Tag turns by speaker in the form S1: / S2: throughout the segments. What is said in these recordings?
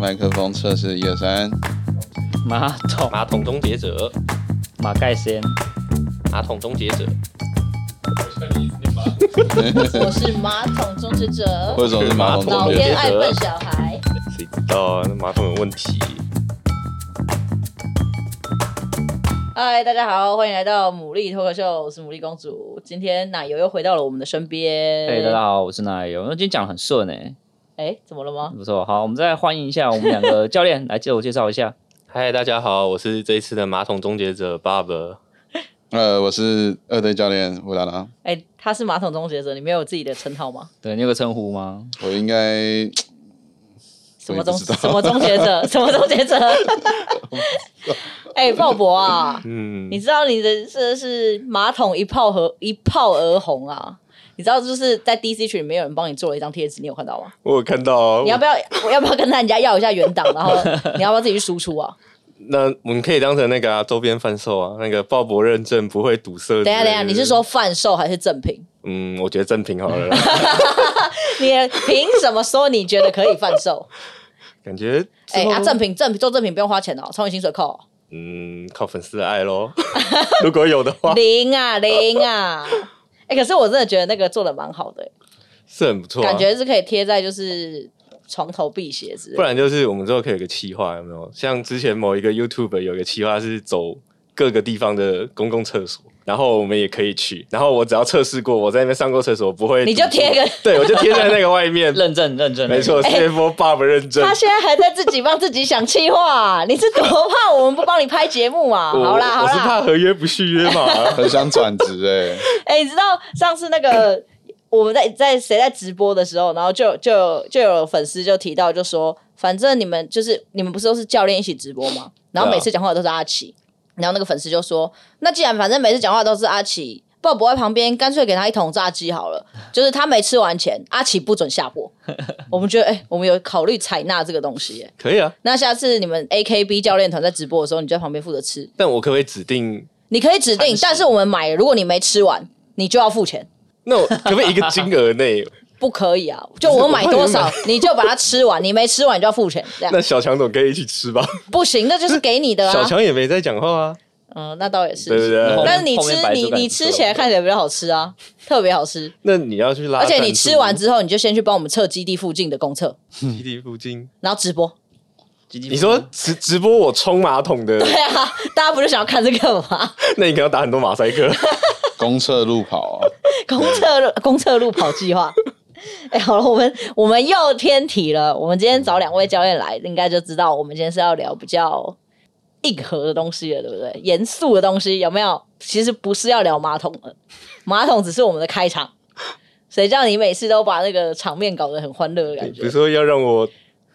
S1: 麦克风测试一二 三，
S2: 马桶
S3: 马桶终结者，
S2: 马盖先，
S3: 马桶终结者，
S4: 我是马桶终止者，
S1: 为什么是马桶
S4: 老
S1: 同
S4: 天
S1: 学？
S4: 爱笨小孩。
S3: 谁知道啊？那马桶有问题。
S4: 嗨，大家好，欢迎来到牡蛎脱口秀，我是牡蛎公主。今天奶油又回到了我们的身边。
S2: 哎嘿，大家好，我是奶油。那今天讲得很顺哎、
S4: 哎，怎么了吗？
S2: 不错。好，我们再欢迎一下我们两个教练，来自我介绍一下。
S3: 嗨，大家好，我是这一次的马桶终结者 Bob。
S1: 呃，我是二队教练乌达拉，
S4: 哎，他是马桶终结者，你没有自己的称号吗？
S2: 对你有个称呼吗？
S1: 我应该
S4: 什么
S1: 我也不
S4: 终
S1: 知道
S4: 什么终 结者？什么终结者？哎，鲍勃啊，
S3: 嗯
S4: 你，知道你的这是马桶一炮和一炮而红啊？你知道就是在 DC 群里面有人帮你做了一张贴纸，你有看到吗？
S3: 我有看到啊。
S4: 你要不要？我要不要跟人家要一下原档？然后 你要不要自己去输出啊？
S3: 那我们可以当成那个啊周边贩售啊，那个鲍勃认证不会堵塞之类的。
S4: 等一下，等一下，你是说贩售还是赠品？
S3: 嗯，我觉得正品好了啦，
S4: 你凭什么说你觉得可以贩 售？
S3: 感觉
S4: 哎、啊，正品正品做正品不用花钱哦，从你薪水扣哦、
S3: 嗯靠粉丝的爱咯。 如果有的 话
S4: 零啊零啊。哎、可是我真的觉得那个做的蛮好的、
S3: 是很不错啊，
S4: 感觉是可以贴在就是床头辟邪之类
S3: 不
S4: 的。
S3: 然就是我们之后可以有个企划，有没有？像之前某一个 YouTube 有一个企划是走各个地方的公共厕所，然后我们也可以去。然后我只要测试过，我在那边上过厕所，不会
S4: 你就贴一个，
S3: 对我就贴在那个外面。
S2: 认证，认证，
S3: 没错
S4: 哎
S3: ，CFO Bob 认证
S4: 他。现在还在自己帮自己想气话，你是多怕我们不帮你拍节目啊？
S3: 我
S4: 好啦好
S3: 我是
S4: 啦，
S3: 怕合约不续约 嘛。
S1: 很想转职哎，
S4: 哎、你知道上次那个我们在在谁在直播的时候，然后就就就有粉丝就提到，就说反正你们就是你们不是都是教练一起直播吗？然后每次讲话都是阿奇，然后那个粉丝就说，那既然反正每次讲话都是阿奇，鲍勃在旁边，干脆给他一桶炸鸡好了，就是他没吃完前，阿奇不准下播。我们觉得，哎、我们有考虑采纳这个东西耶、
S3: 可以啊，
S4: 那下次你们 AKB 教练团在直播的时候，你就在旁边负责吃，
S3: 但我可不可以指定？
S4: 你可以指定，但是我们买，如果你没吃完，你就要付钱。
S3: 那 我可不可以一个金额内？
S4: 不可以啊！就我买多少，你就把它吃完，你没吃完你就要付钱，这样
S3: 那小强总可以一起吃吧？
S4: 不行，那就是给你的
S3: 小
S4: 啊。
S3: 强也没在讲话啊，
S4: 嗯，那倒也
S3: 对不
S4: 是，
S3: 对？
S4: 但是你
S2: 后面
S4: 吃
S2: 白
S4: 你
S2: 色感
S4: 你
S2: 不错
S4: 吃起来看起来比较好吃啊，特别好吃。
S3: 那你要去拉
S4: 而
S3: 赞助，
S4: 且你吃完之后，你就先去帮我们测基地附近的公厕，
S3: 基地附近，
S4: 然后直播。
S2: 你
S3: 你说直直播我冲马桶的
S4: 对啊，大家不就想要看这个吗？
S3: 那你可能要打很多马赛克。
S1: 公厕路跑啊，
S4: 公厕路公厕路跑计划。 哎、好了，我们我们又偏题了。我们今天找两位教练来，应该就知道我们今天是要聊比较硬核的东西了，对不对？严肃的东西有没有？其实不是要聊马桶的， 马桶只是我们的开场。谁叫你每次都把那个场面搞得很欢乐的感
S3: 你不是
S4: 觉？
S3: 说要让我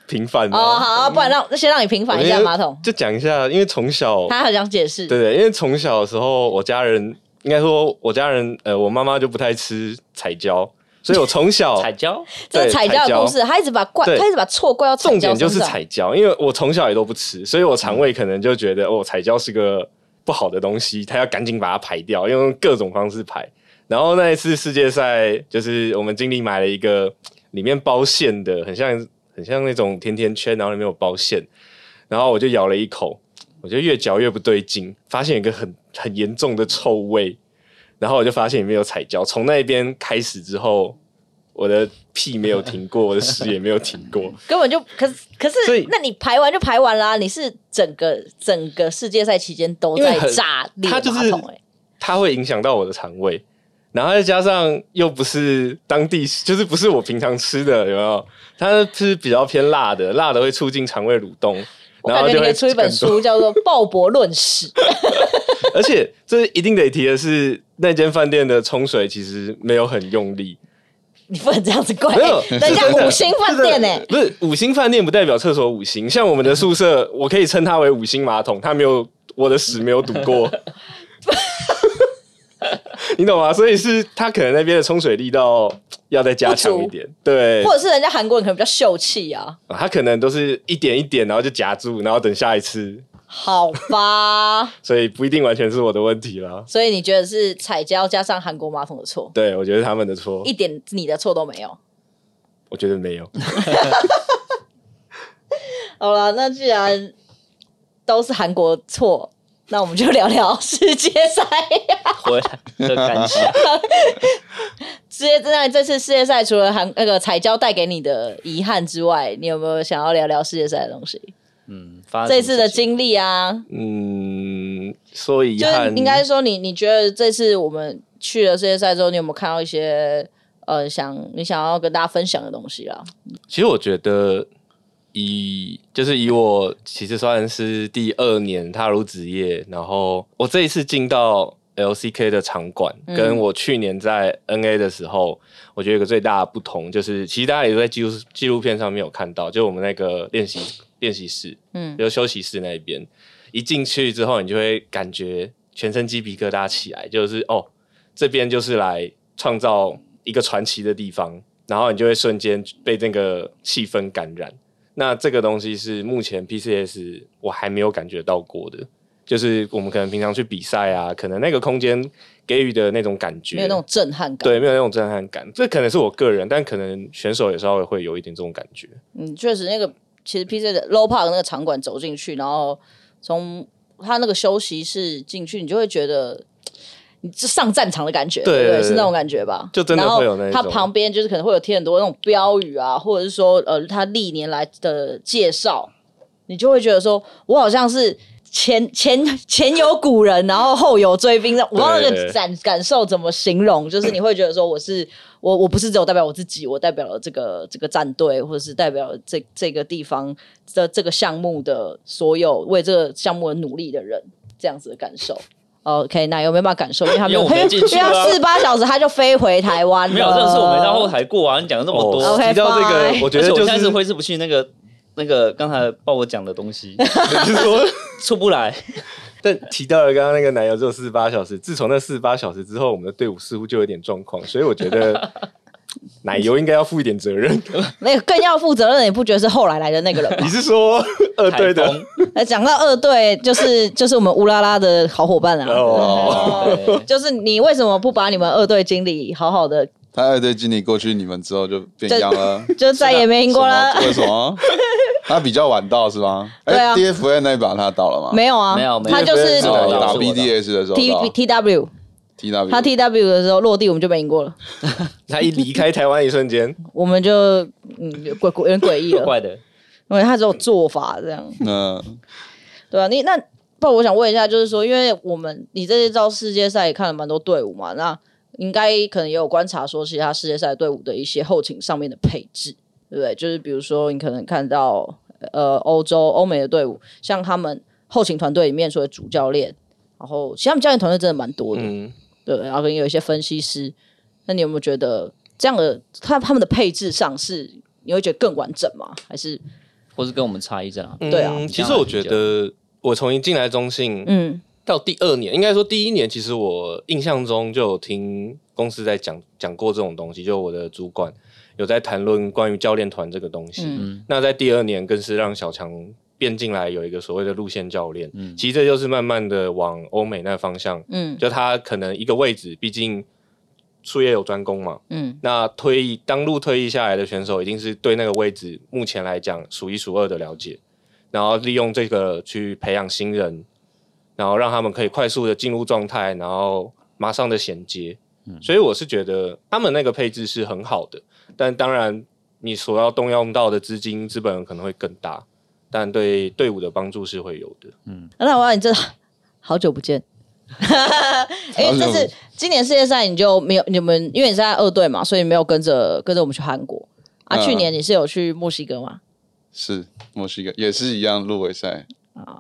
S3: 平反吗？
S4: 哦，好啊、不然让先让你平反一下马桶。
S3: 就讲一下，因为从小，
S4: 他很想解释，
S3: 对对，因为从小的时候，我家人应该说，我家人呃，我妈妈就不太吃彩椒，所以我从 小
S2: 哦彩椒，
S4: 这是
S3: 对
S4: 彩椒的故事，他一直把怪，
S3: 对
S4: 他一直把错怪到彩椒嗯
S3: 重点就是
S4: 身上
S3: 彩椒，因为我从小也都不吃，所以我肠胃可能就觉得哦，彩椒是个不好的东西，它要赶紧把它排掉，用各种方式排。然后那一次世界赛，就是我们经理买了一个里面包馅的，很像很像那种甜甜圈，然后里面有包馅，然后我就咬了一口，我就越嚼越不对劲，发现有一个很很严重的臭味，然后我就发现里面有彩椒。从那边开始之后，我的屁没有停过，我的屎也没有停过。
S4: 根本就可是可
S3: 所
S4: 是
S3: 以，
S4: 那你排完就排完啦、你是整个整个世界赛期间都
S3: 因
S4: 在
S3: 为很
S4: 炸裂
S3: 它
S4: 马
S3: 就是
S4: 桶、欸，
S3: 它会影响到我的肠胃，然后再加上又不是当地，就是不是我平常吃的，有没有？它是比较偏辣的，辣的会促进肠胃蠕动，
S4: 我
S3: 然
S4: 感
S3: 后
S4: 觉你
S3: 就
S4: 可
S3: 会
S4: 以出一本
S3: 更多。
S4: 书 叫做《鲍勃论史》，
S3: 而且这一定得提的是，那间饭店的冲水其实没有很用力，
S4: 你不能这样子怪、
S3: 没有
S4: 欸，人家
S3: 是真的
S4: 五星饭店欸呢、
S3: 不是五星饭店不代表厕所五星，像我们的宿 舍，我可以称它为五星马桶，它没有我的屎没有堵过。 你懂吗？所以是它可能那边的冲水力道要再加强一点， 对，
S4: 或者是人家韩国人可能比较秀气啊，
S3: 啊它可能都是一点一点，然后就夹住，然后等下一次，
S4: 好吧？
S3: 所以不一定完全是我的问题啦。
S4: 所以你觉得是彩椒加上韩国马桶的错，
S3: 对，我觉得是他们的错
S4: 一，点你的错都没有。
S3: 我觉得没有。
S4: 好了，那既然都是韩国错，那我们就聊聊世界赛。
S2: 回来的感 情。
S4: 世界那这次世界赛除了韩那个彩椒带给你的遗憾之外，你有没有想要聊聊世界赛的东西？
S2: 嗯，发生
S4: 这
S2: 什么
S4: 次的
S2: 事情
S4: 经历啊，
S3: 嗯，说遗
S4: 就是
S3: 憾，
S4: 应该说你你觉得这次我们去了世界赛之后，你有没有看到一些呃想你想要跟大家分享的东西啊？
S3: 其实我觉得以就是以我其实算是第二年踏入职业，然后我这一次进到 LCK 的场馆，
S4: 嗯
S3: 跟我去年在 NA 的时候，我觉得有个最大的不同就是，其实大家也在纪录纪录片上面有看到，就我们那个练习练习室，
S4: 嗯，
S3: 就休息室那一边，一进去之后，你就会感觉全身鸡皮疙瘩起来，就是哦，这边就是来创造一个传奇的地方，然后你就会瞬间被这个气氛感染。那这个东西是目前 PCS 我还没有感觉到过的，就是我们可能平常去比赛啊，可能那个空间给予的那种感觉，
S4: 没有那种震撼感。
S3: 对，没有那种震撼感。这可能是我个人，但可能选手也稍微会有一点这种感觉。
S4: 嗯，确实那个其实 PC 的 Low Park 那个场馆走进去，然后从他那个休息室进去，你就会觉得。你就上战场的感觉，
S3: 对
S4: 不
S3: 对对
S4: 是那种感觉吧？
S3: 就真的
S4: 然后
S3: 会有那一
S4: 它
S3: 种
S4: 旁边就是可能会有贴很多那种标语啊，或者是说呃，他历年来的介绍，你就会觉得说，我好像是前前前有古人，然后后有追兵，我不知道那
S3: 对对
S4: 个
S3: 对
S4: 感感受怎么形容，就是你会觉得说我是我我不是只有代表我自己，我代表了这个这个战队，或者是代表了这这个地方的这个项目的所有为这个项目而努力的人，这样子的感受。OK，那有没有办法感受？因为他没有，
S2: 因为我没进去啊
S4: 四十八小时他就飞回台湾了。
S2: 没有，这次我没到后台过啊！你讲了那么多，
S3: 哦
S4: OK，
S3: 提到这
S4: 拜
S3: 个，我觉得
S2: 而且
S3: 就
S2: 我现在是
S3: 是
S2: 挥之不去那个那个刚才报我讲的东西
S3: 就是说。
S2: 出不 来，
S3: 但提到了刚刚那个奶油只有四十八小时，自从那四十八小时之后，我们的队伍似乎就有点状况，所以我觉得奶油应该要负一点责任。
S4: 没有更要负责任，你不觉得是后来来的那个人吗
S3: 你？是说二队
S2: 台
S3: 的？
S2: 风
S4: 呃，讲到二队，就是 就是我们乌拉拉的好伙伴 啊。
S3: 哦，
S2: 对
S4: 就是你为什么不把你们二队经理好好的，
S1: 他二队经理过去，你们之后就变样了，
S4: 就再也没赢过了？
S1: 为什么？他比较晚到是吗？哎
S4: 对啊
S1: d f n 那一把他到了吗？
S4: 没有啊，
S2: 没有没有
S4: 他就是
S2: 没有
S1: 哦，
S2: 没有
S1: 打
S2: 是我的
S1: BDS 的时候
S4: T
S1: 到
S4: T W，
S1: T W，
S4: 他 T W 的时候落地我们就没赢过了，
S3: 他一离开台湾一瞬间，
S4: 我们就嗯诡诡有点诡异了，
S2: 怪的，
S4: 因为他只有做法这样，
S1: 嗯，
S4: 对啊，你那不，我想问一下，就是说，因为我们你这些招世界赛也看了蛮多队伍嘛，那应该可能也有观察说其他世界赛队伍的一些后勤上面的配置，对不对？就是比如说你可能看到呃欧洲、欧美的队伍，像他们后勤团队里面所谓主教练，然后其实他们教练团队真的蛮多的，
S3: 嗯，
S4: 对不对，然后可能有一些分析师，那你有没有觉得这样的他他们的配置上是你会觉得更完整吗？还是
S2: 或是跟我们差异在哪？
S4: 对啊
S3: 嗯其实我觉得我从一进来中信
S4: 嗯
S3: 到第二年，应该说第一年，其实我印象中就有听公司在讲讲过这种东西，就我的主管有在谈论关于教练团这个东西。
S4: 嗯
S3: 那在第二年更是让小强变进来有一个所谓的路线教练，其实这就是慢慢的往欧美那方向，
S4: 嗯
S3: 就他可能一个位置，毕竟术业有专攻嘛，
S4: 嗯
S3: 那退役当路退役下来的选手，一定是对那个位置目前来讲数一数二的了解，然后利用这个去培养新人，然后让他们可以快速的进入状态，然后马上的衔接。所以我是觉得他们那个配置是很好的，但当然你所要动用到的资金资本可能会更大，但对队伍的帮助是会有的。
S4: 那我要你真的好久不见。
S1: 好久
S4: 哎、但
S1: 不
S4: 是今年世界赛你就没有你们，因为你是在二队嘛，所以没有跟着跟着我们去韩国啊。
S1: 嗯
S4: 去年你是有去墨西哥吗？
S1: 是墨西哥也是一样入围赛，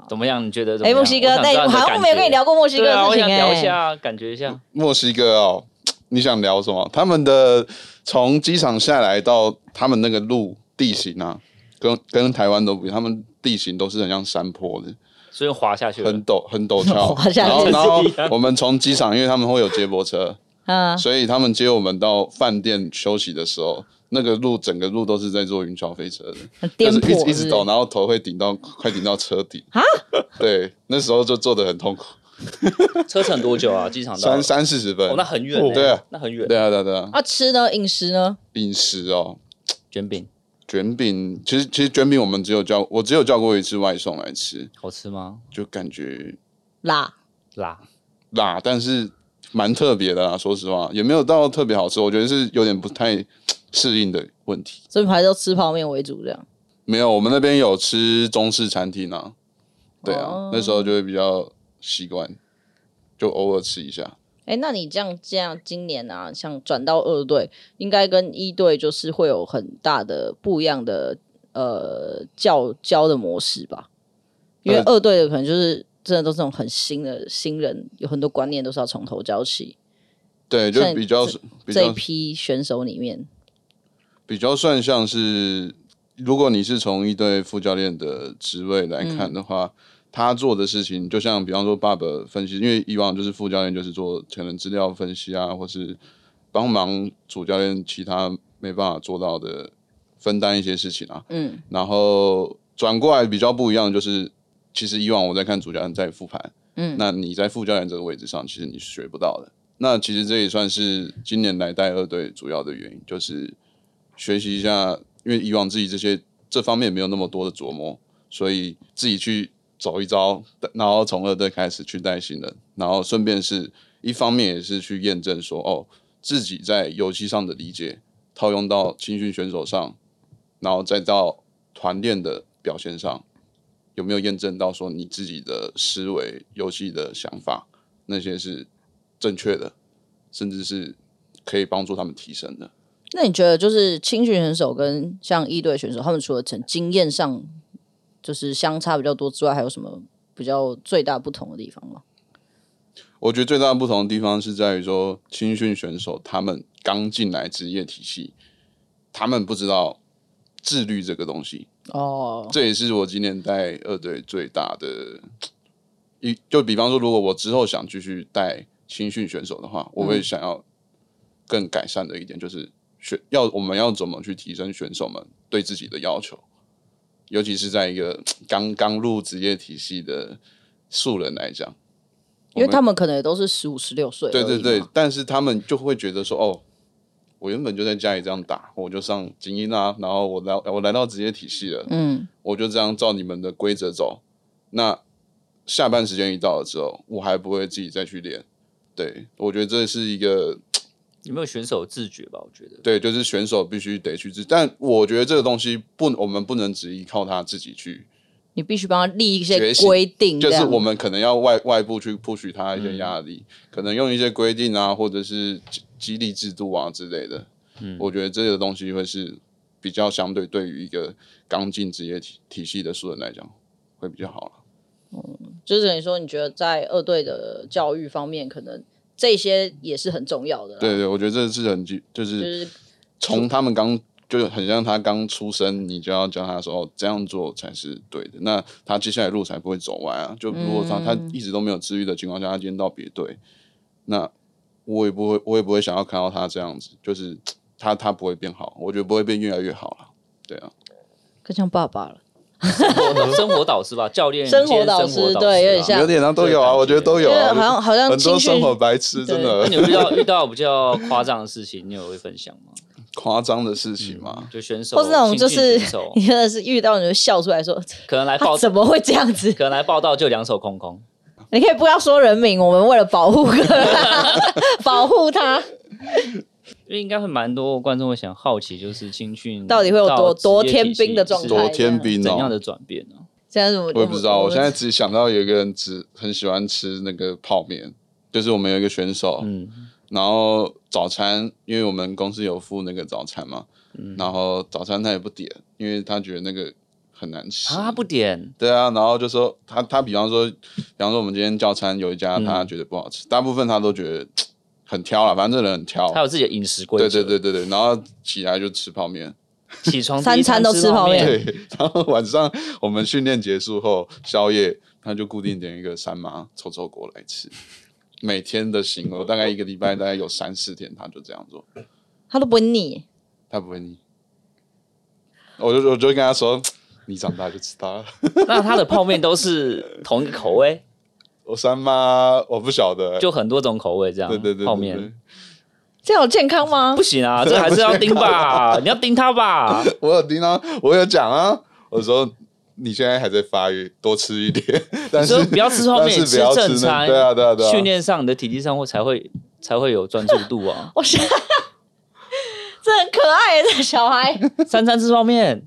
S2: 怎么样？你觉得怎么
S4: 哎、
S2: 样？
S4: 墨西哥，那我好像没有跟你聊过墨
S2: 墨
S4: 西哥的事情
S2: 啊、我想
S4: 哎、嗯
S2: 聊一下，感觉一下。
S1: 墨西哥哦，你想聊什么？他们的从机场下来到他们那个路地形啊，跟跟台湾都不一样，他们地形都是很像山坡的，
S2: 所以滑下去了
S1: 很。陡很陡 峭
S4: 滑。下
S1: 然后
S4: 去
S1: 然后我们从机场，因为他们会有接驳车，
S4: 嗯，
S1: 所以他们接我们到饭店休息的时候。那个路整个路都是在坐云霄飞车的，
S4: 很
S1: 就
S4: 颠
S1: 是
S4: 簸
S1: 一直一
S4: 是
S1: 直
S4: 不是
S1: 抖，然后头会顶到快顶到车底啊！对，那时候就坐得很痛苦，
S2: 车程多久啊？机场到
S1: 三？三四十分
S2: 哦，。那很远、欸。
S1: 对啊
S2: 那很远。
S1: 对啊，对啊，对啊。
S4: 啊，吃呢，饮食呢？
S1: 饮食哦，
S2: 卷饼，
S1: 卷饼，其实其实卷饼我们只有叫我只有叫过一次外送来吃，
S2: 好吃吗？
S1: 就感觉
S4: 辣，
S2: 辣，
S1: 辣，但是蛮特别的啦。说实话，也没有到特别好吃，我觉得是有点不太适应的问题。
S4: 所以还是都吃泡面为主这样。
S1: 没有，我们那边有吃中式餐厅啊，对啊，
S4: 哦
S1: 那时候就会比较习惯，就偶尔吃一下。
S4: 哎、那你这样这样，今年啊，像转到二队，应该跟一队就是会有很大的不一样的呃教教的模式吧？因为
S1: 呃
S4: 二队的可能就是真的都是那种很新的新人，有很多观念都是要从头教起。
S1: 对，就
S4: 像
S1: 比较比
S4: 这一
S1: 较
S4: 批选手里面，
S1: 比较算像是，如果你是从一对副教练的职位来看的话，他做的事情就像比方说爸爸分析，因为以往就是副教练就是做可能资料分析啊，或是帮忙主教练其他没办法做到的分担一些事情啊。
S4: 嗯，
S1: 然后转过来比较不一样，就是其实以往我在看主教练在复盘，
S4: 嗯
S1: 那你在副教练这个位置上，其实你是学不到的。那其实这也算是今年来带二队主要的原因，就是学习一下，因为以往自己这些这方面没有那么多的琢磨，所以自己去走一遭，然后从二队开始去带新人，然后顺便是一方面也是去验证说，哦，自己在游戏上的理解套用到青训选手上，然后再到团练的表现上，有没有验证到说你自己的思维、游戏的想法那些是正确的，甚至是可以帮助他们提升的。
S4: 那你觉得就是青训选手跟像一队选手，他们除了从经验上就是相差比较多之外，还有什么比较最大不同的地方吗？
S1: 我觉得最大的不同的地方是在于说，青训选手他们刚进来职业体系，他们不知道自律这个东西，
S4: 哦，
S1: 这也是我今年带二队最大的一。就比方说，如果我之后想继续带青训选手的话，我
S4: 嗯
S1: 会想要更改善的一点就是选要我们要怎么去提升选手们对自己的要求，尤其是在一个刚刚入职业体系的素人来讲，
S4: 因为
S1: 我们
S4: 他们可能也都是十五、十六岁而已
S1: 对
S4: 嘛，
S1: 对对，但是他们就会觉得说，哦，我原本就在家里这样打，我就上精英啊，然后我来我来到职业体系了，
S4: 嗯，
S1: 我就这样照你们的规则走。那下班时间一到了之后，我还不会自己再去练。对，我觉得这是一个
S2: 有没有选手自觉吧？我觉得，
S1: 对，就是选手必须得去自，但我觉得这个东西不，我们不能只依靠他自己去，
S4: 你必须帮他立一些
S1: 学习
S4: 规定，
S1: 就
S4: 这
S1: 是
S4: 样
S1: 我们可能要外外部去 push 他一些压力，可能用一些规定啊，或者是激激励制度啊之类的。
S2: 嗯
S1: 我觉得这个东西会是比较相对对于一个刚进职业体体系的素人来讲会比较好了。
S4: 就是等于说，你觉得在二队的教育方面，可能这些也是很重要的啦，
S1: 对对，我觉得这是很基就是
S4: 就是
S1: 从他们刚就很像他刚出生，你就要教他说哦，这样做才是对的。那他接下来路才不会走歪啊。就如果
S4: 嗯
S1: 他、他一直都没有治愈的情况下，他今天到别队，那我也不会，我也不会想要看到他这样子，就是嘖他他不会变好，我觉得不会变越来越好了。对啊，
S4: 更像爸爸了。
S2: 生活导师吧，教练
S4: 生活
S2: 兼
S4: 导
S2: 导
S4: 师对有点像
S1: 有点啊，都有啊，我觉得都
S4: 因
S1: 有
S4: 为
S1: 啊，
S4: 好像好像
S1: 很
S4: 青
S1: 多
S4: 训
S1: 生活白痴真
S2: 那
S1: 的
S2: 你有遇到遇到比较夸张的事情，你有会分享吗？
S1: 夸张的事情
S4: 嗯
S1: 嘛。
S2: 就选手
S4: 或是那种
S2: 新
S4: 就
S2: 进
S4: 是
S2: 选手
S4: 你真的是遇到你就笑出 来说，
S1: 啊
S2: 可能来
S4: 他
S2: 报，
S4: 怎么会这样子？
S2: 可能来报道就两手空空。
S4: 你可以不要说人名，我们为了保护他， 保护他
S1: 嗯
S2: 因为应该会蛮多观众会想好奇，就是青训
S4: 到底会有
S2: 到
S4: 多
S2: 职业
S4: 多
S2: 体
S4: 天兵的
S2: 系
S4: 状态
S2: 是
S1: 昨天兵
S2: 怎样
S1: 哦，
S2: 的转变呢、
S4: 现在是我们
S1: 我也不知道。我现在
S4: 们
S1: 只想到有一个人只很喜欢吃那个泡面，就是我们有一个选手，
S2: 嗯，
S1: 然后早餐，因为我们公司有付那个早餐嘛，然后早餐他也不点，因为他觉得那个很难吃。
S2: 啊，他不点，
S1: 对啊，然后就说他他比方说，比方说我们今天叫餐有一家他觉得不好吃，大部分他都觉得嘖很挑了，反正这人很挑
S2: 他。有自己的饮食规
S1: 对
S2: 则，
S1: 哦对对对对，然后起来就吃泡面。
S2: 对，起床
S4: 三
S2: 第一
S4: 餐都吃
S2: 吃
S4: 泡面
S2: 面，
S1: 对，然后晚上我们训练结束后宵夜，他就固定点一个三妈臭臭锅来吃。每天的行为，大概一个礼拜大概有三四天，他就这样做。
S4: 他都不会腻，
S1: 他不会腻。我就我就跟他说，你长大就知道了。
S2: 那他的泡面都是同一个口 味，
S1: 我三妈我不晓得，
S2: 就很多种口味这样，
S1: 对对对对
S2: 泡
S1: 对
S2: 面。
S4: 这样有健康吗。
S2: 不？行啊，这 还是要盯
S1: 啊
S2: 吧，你要盯他吧。
S1: 我有听到，我有讲啊，我说你现在还在发育，多吃一点， 但
S2: 你说
S1: 是
S2: 不要吃泡
S1: 但
S2: 面，
S1: 是不
S2: 吃
S1: 要吃
S2: 正餐，
S1: 那对啊对啊对啊，
S2: 训练上你的体力上会才会才会有专注度啊
S4: 我想，这很可爱耶，这个小孩
S2: 三餐吃泡面，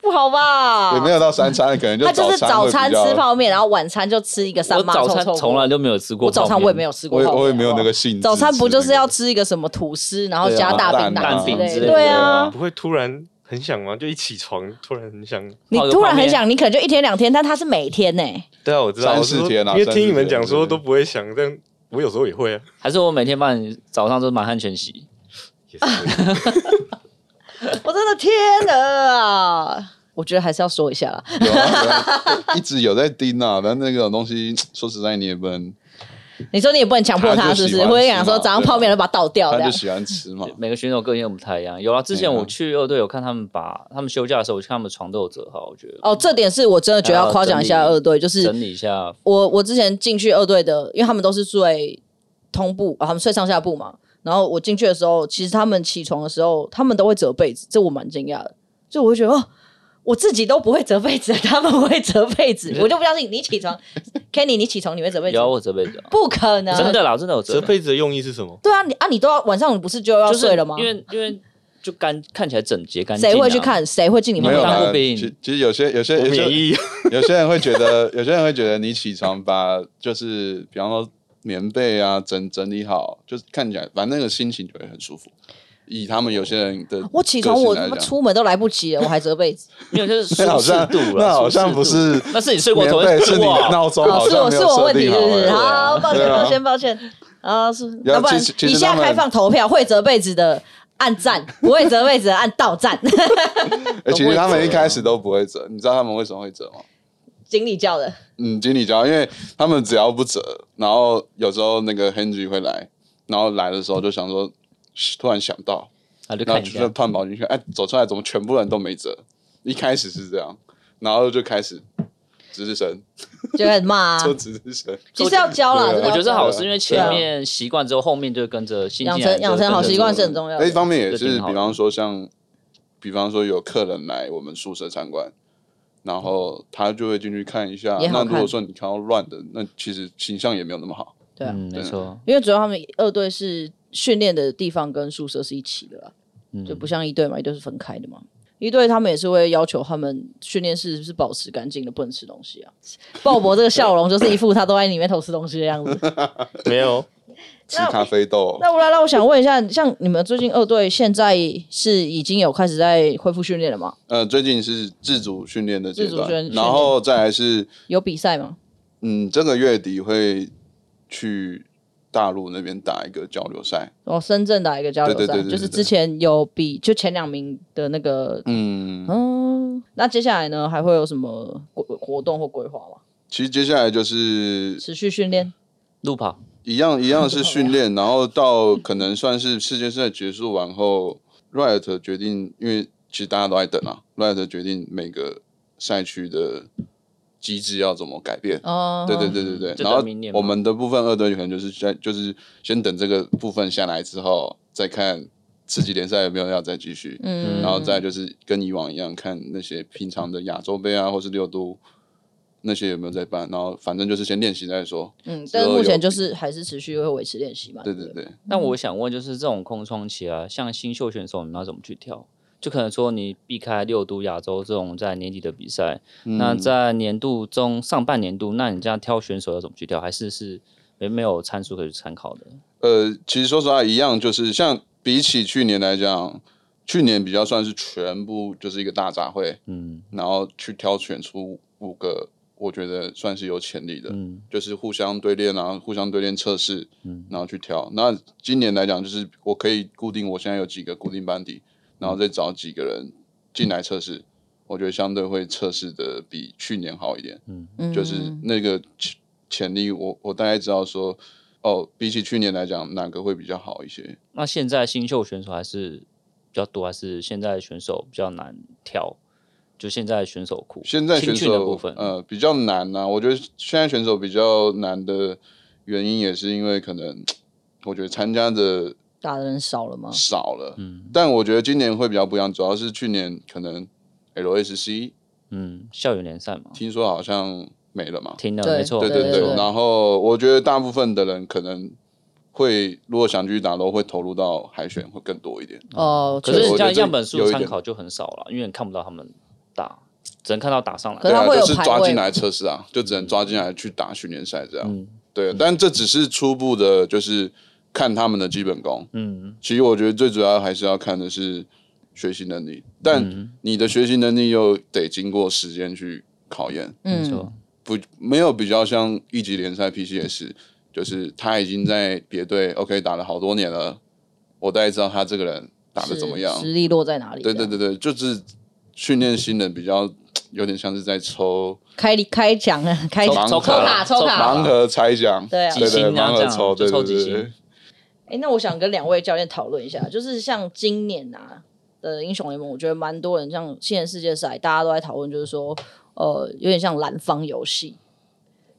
S4: 不好吧？
S1: 也没有到三餐，可能就
S4: 他就是早
S1: 餐会
S4: 餐
S1: 比较
S4: 吃泡面，然后晚餐就吃一个三
S2: 我
S4: 妈
S2: 早
S4: 臭
S2: 餐
S4: 臭锅
S2: 从来都没有吃过
S4: 我
S2: 泡面。
S4: 早餐我也没有吃过
S1: 我也
S4: 泡面
S1: 我也没有那个
S4: 好
S1: 兴致。
S4: 不好早餐不就是要
S1: 吃
S4: 吃一个什么吐司，然后
S2: 对啊
S4: 加大
S1: 蛋
S4: 饼
S1: 啊
S2: 蛋饼
S4: 之
S2: 之类
S4: 类的？
S2: 的。
S4: 对啊，
S3: 不会突然很想吗？就一起床突然很想。
S4: 你
S2: 泡个
S4: 突然
S2: 泡
S4: 很
S2: 面
S4: 想，你可能就一天两天，但他是每天呢、
S3: 对啊，我知道，
S1: 三
S3: 我是
S1: 四
S3: 说
S1: 天啊
S3: 因为
S1: 三
S3: 听
S1: 四
S3: 你们
S1: 天
S3: 讲说
S1: 对
S3: 都不会想，但我有时候也会啊。
S2: 还是我每天帮你早上都满汉全席，
S3: 也 是
S4: 我真的天哪、啊！我觉得还是要说一下啦，
S1: 有啊有啊一直有在盯啊，但那个东西说实在你也不能，
S4: 你说你也不能强迫
S1: 他
S4: 他，
S1: 就是
S4: 不
S1: 喜
S4: 是？
S1: 欢
S4: 我会
S1: 吃
S4: 想说
S1: 嘛
S4: 早上
S1: 对啊
S4: 泡面都把它倒掉
S1: 他
S4: 这
S1: 就
S4: 样。
S1: 喜欢吃
S4: 哦
S1: 嘛。
S2: 每个选手个性又不太一样。有啊，之前
S1: 对啊
S2: 我去二队有看他们把他们休假的时候，我去看他们床都有折号，我觉得
S4: 哦，这点是我真的觉得要夸奖一下二队，就是
S2: 整理一下
S4: 我我之前进去二队的，因为他们都是睡通部，啊、他们睡上下铺嘛。然后我进去的时候，其实他们起床的时候，他们都会折被子，这我蛮惊讶的。就我会觉得哦，我自己都不会折被子， 他们会折被子，我就不相信你起床，Kenny 你起床你会折被子
S2: 有？啊我折被子啊，
S4: 不可能，
S2: 真的啦，真的有
S3: 折
S2: 折。
S3: 被子的用意是什么？
S4: 对啊，你啊你都要晚上你不是就要
S2: 就是
S4: 睡了吗？
S2: 因为因为就干看起来整洁干净啊，
S4: 谁会去看？谁会进你
S1: 没
S4: 们
S1: 有
S4: 房
S2: 当
S1: 啦
S2: 过兵
S1: 其其实有些有些
S3: 我
S1: 有
S3: 免
S1: 些
S3: 疫
S1: 有些人会觉得，有些人会觉得你起床把就是比方说棉被啊整整理好，就是看起来反正那个心情就会很舒服。以他们有些人的
S4: 我起床，我
S1: 个
S4: 他
S1: 性
S4: 妈
S1: 来讲
S4: 出门都来不及了，我还折被子。
S2: 没有，就是舒
S1: 那好
S2: 适
S1: 像
S2: 度了。
S4: 啊
S1: 那好像
S2: 舒
S1: 不
S2: 适度，
S1: 是
S2: 那是你睡过
S1: 棉
S2: 头
S1: 被，是你
S2: 哇
S1: 闹钟
S4: 哦，
S1: 好
S4: 是
S1: 像没
S4: 我是
S1: 有
S4: 我
S1: 设
S4: 问题
S1: 定
S4: 是
S1: 好
S4: 不是？
S1: 欸。
S4: 好，抱歉
S1: 对啊
S4: 抱歉抱歉啊，是
S1: 要
S4: 要不然
S1: 其实其实
S4: 以下
S1: 他们
S4: 开放投票，会折被子的按赞， 不会折被子的按到赞。
S1: 而其实他
S2: 都不会
S1: 们一
S2: 折
S1: 开始都不会折，你知道他们为什么会折吗？
S4: 经理叫的，
S1: 嗯，经理教，因为他们只要不折，然后有时候那个 Henry 会来，然后来的时候就想说，突然想到，
S2: 啊，就
S1: 然后
S2: 看一
S1: 就
S2: 下
S1: 是。探宝进去，哎，走出来怎么全部人都没折？一开始是这样，然后就开始值日生，
S4: 就开 始骂啊，
S1: 做值日生，
S4: 其实要教
S1: 对啊
S4: 啦，真
S2: 我
S4: 的要
S2: 觉得是
S4: 教
S2: 好事，因为前面习惯之后，后面就跟着新进来
S4: 养
S2: 的
S4: 成养成好习惯是很重要
S1: 那一
S4: 的。
S1: 方面也
S2: 这
S1: 是，
S2: 挺好
S1: 比
S2: 的
S1: 方说像，比方说有客人来我们宿舍参观，然后他就会进去看一下。
S4: 也好
S1: 那
S4: 看
S1: 如果说你看到乱的，那其实形象也没有那么好。
S4: 对啊
S2: 嗯，没错，
S4: 因为主要他们二队是训练的地方跟宿舍是一起的啦，啊
S2: 嗯
S4: 就不像一队嘛，一队是分开的嘛。一队他们也是会要求他们训练室是保持干净的，不能吃东西啊。 鲍勃这个笑容就是一副他都在里面偷吃东西的样子。
S3: 没有，
S1: 吃
S4: 那
S1: 咖啡豆，
S4: 那乌拉拉，我想问一下，像你们最近二队现在是已经有开始在恢复训练了吗？
S1: 呃，最近是自主训练的阶
S4: 自主
S1: 段
S4: 训训，
S1: 然后再来是，
S4: 有比赛吗？
S1: 嗯，这个月底会去大陆那边打一个交流赛，
S4: 哦，深圳打一个交流
S1: 对对
S4: 赛
S1: 对，对
S4: 就是
S1: 对对
S4: 之前有比就前两名的那个，
S1: 嗯，
S4: 嗯，那接下来呢还会有什么活活动或规划吗？
S1: 其实接下来就是
S4: 持续训练，
S2: 路跑
S1: 一 样一样是训练，然后到可能算是世界赛结束完后，Riot 决定，因为其实大家都在等 啊，Riot 决定每个赛区的机制要怎么改变。
S4: 哦，
S1: 对对对对对，
S2: 就
S1: 然
S2: 等
S1: 后
S2: 明年嘛
S1: 我们的部分二队可能就是在就是先等这个部分下来之后，再看次级联赛有没有要再继续，
S4: 嗯，
S1: 然后再就是跟以往一样看那些平常的亚洲杯啊，或是六都那些有没有在办，然后反正就是先练习再说。
S4: 嗯，但是目前就是还是持续会维持练习嘛，
S1: 对
S4: 不
S1: 对对，
S2: 那我想问，就是这种空窗期啊，像新秀选手，你们要怎么去跳？就可能说你避开六都亚洲这种在年底的比赛，
S1: 嗯
S2: 那在年度中上半年度，那你这样挑选手要怎么去挑？还是是没没有参数可以参考的？
S1: 呃，其实说实话，一样就是像比起去年来讲，去年比较算是全部就是一个大杂烩，
S2: 嗯
S1: 然后去挑选出五个，我觉得算是有潜力的，
S2: 嗯，
S1: 就是互相对练啊，互相对练测试，
S2: 嗯
S1: 然后去挑。那今年来讲，就是我可以固定我现在有几个固定班底，然后再找几个人进来测试，我觉得相对会测试的比去年好一点。
S4: 嗯，
S1: 就是那个潜潜力我，我大概知道说，哦，比起去年来讲，哪个会比较好一些？
S2: 那现在新秀选手还是比较多，还是现在选手比较难跳？就现在选手库，
S1: 现在选
S2: 青训的
S1: 手
S2: 部分，
S1: 呃比较难呐、我觉得现在选
S2: 嗯
S1: 手比较难的原因，也是因为可能我觉得参加的
S4: 打的人少了吗？
S1: 少了。但我觉得今年会比较不一样，主要是去年可能 LSC
S2: 嗯，校园联赛嘛，
S1: 听说好像没了嘛，
S2: 停了，
S4: 对
S2: 没错，
S1: 对
S4: 对
S1: 对
S4: 对。
S1: 然后我觉得大部分的人可能会，如果想继续打 LO，会投入到海选会更多一点。
S4: 哦，
S2: 可
S1: 确
S2: 是
S1: 实
S2: 你
S1: 我
S2: 这
S1: 觉
S2: 样
S1: 得
S2: 样本
S1: 有
S2: 数
S1: 一
S2: 参
S1: 点
S2: 考就很少了，因为你看不到他们打，只能看到打上
S4: 可
S1: 对
S2: 来。
S4: 是他
S1: 啊，
S4: 会有
S1: 就是
S4: 排
S1: 抓
S4: 位
S1: 进
S4: 吗
S1: 来测试啊，就只能抓进来去打训练赛这样。
S2: 嗯
S1: 对，但这只是初步的，就是看他们的基本功。
S2: 嗯，
S1: 其实我觉得最主要还是要看的是学习能力，
S4: 嗯
S1: 但你的学习能力又得经过时间去考验。
S2: 没
S4: 嗯
S2: 错，
S1: 不没有比较像一级联赛 PCS，就是他已经在别队 OK 打了好多年了，我大概知道他这个人打的怎么样
S4: 实。实力落啊在哪里？
S1: 对对，对对，就是训练新人比较有点像是在抽
S4: 开开奖啊，开
S2: 抽
S1: 盲
S2: 抽
S1: 卡
S2: 卡
S4: 抽卡
S2: 好
S1: 盲
S2: 吧
S1: 盒猜奖，
S4: 对啊
S1: 对
S2: 几
S1: 对
S2: 星啊
S1: 盲
S2: 这
S1: 盒
S2: 样
S1: 抽，
S2: 就
S1: 对
S2: 抽
S1: 对
S2: 几
S1: 对
S2: 星
S1: 对，
S4: 哎，那我想跟两位教练讨论一下，就是像今年啊的英雄联盟，我觉得蛮多人像现任世界赛，大家都在讨论，就是说，呃，有点像蓝方游戏，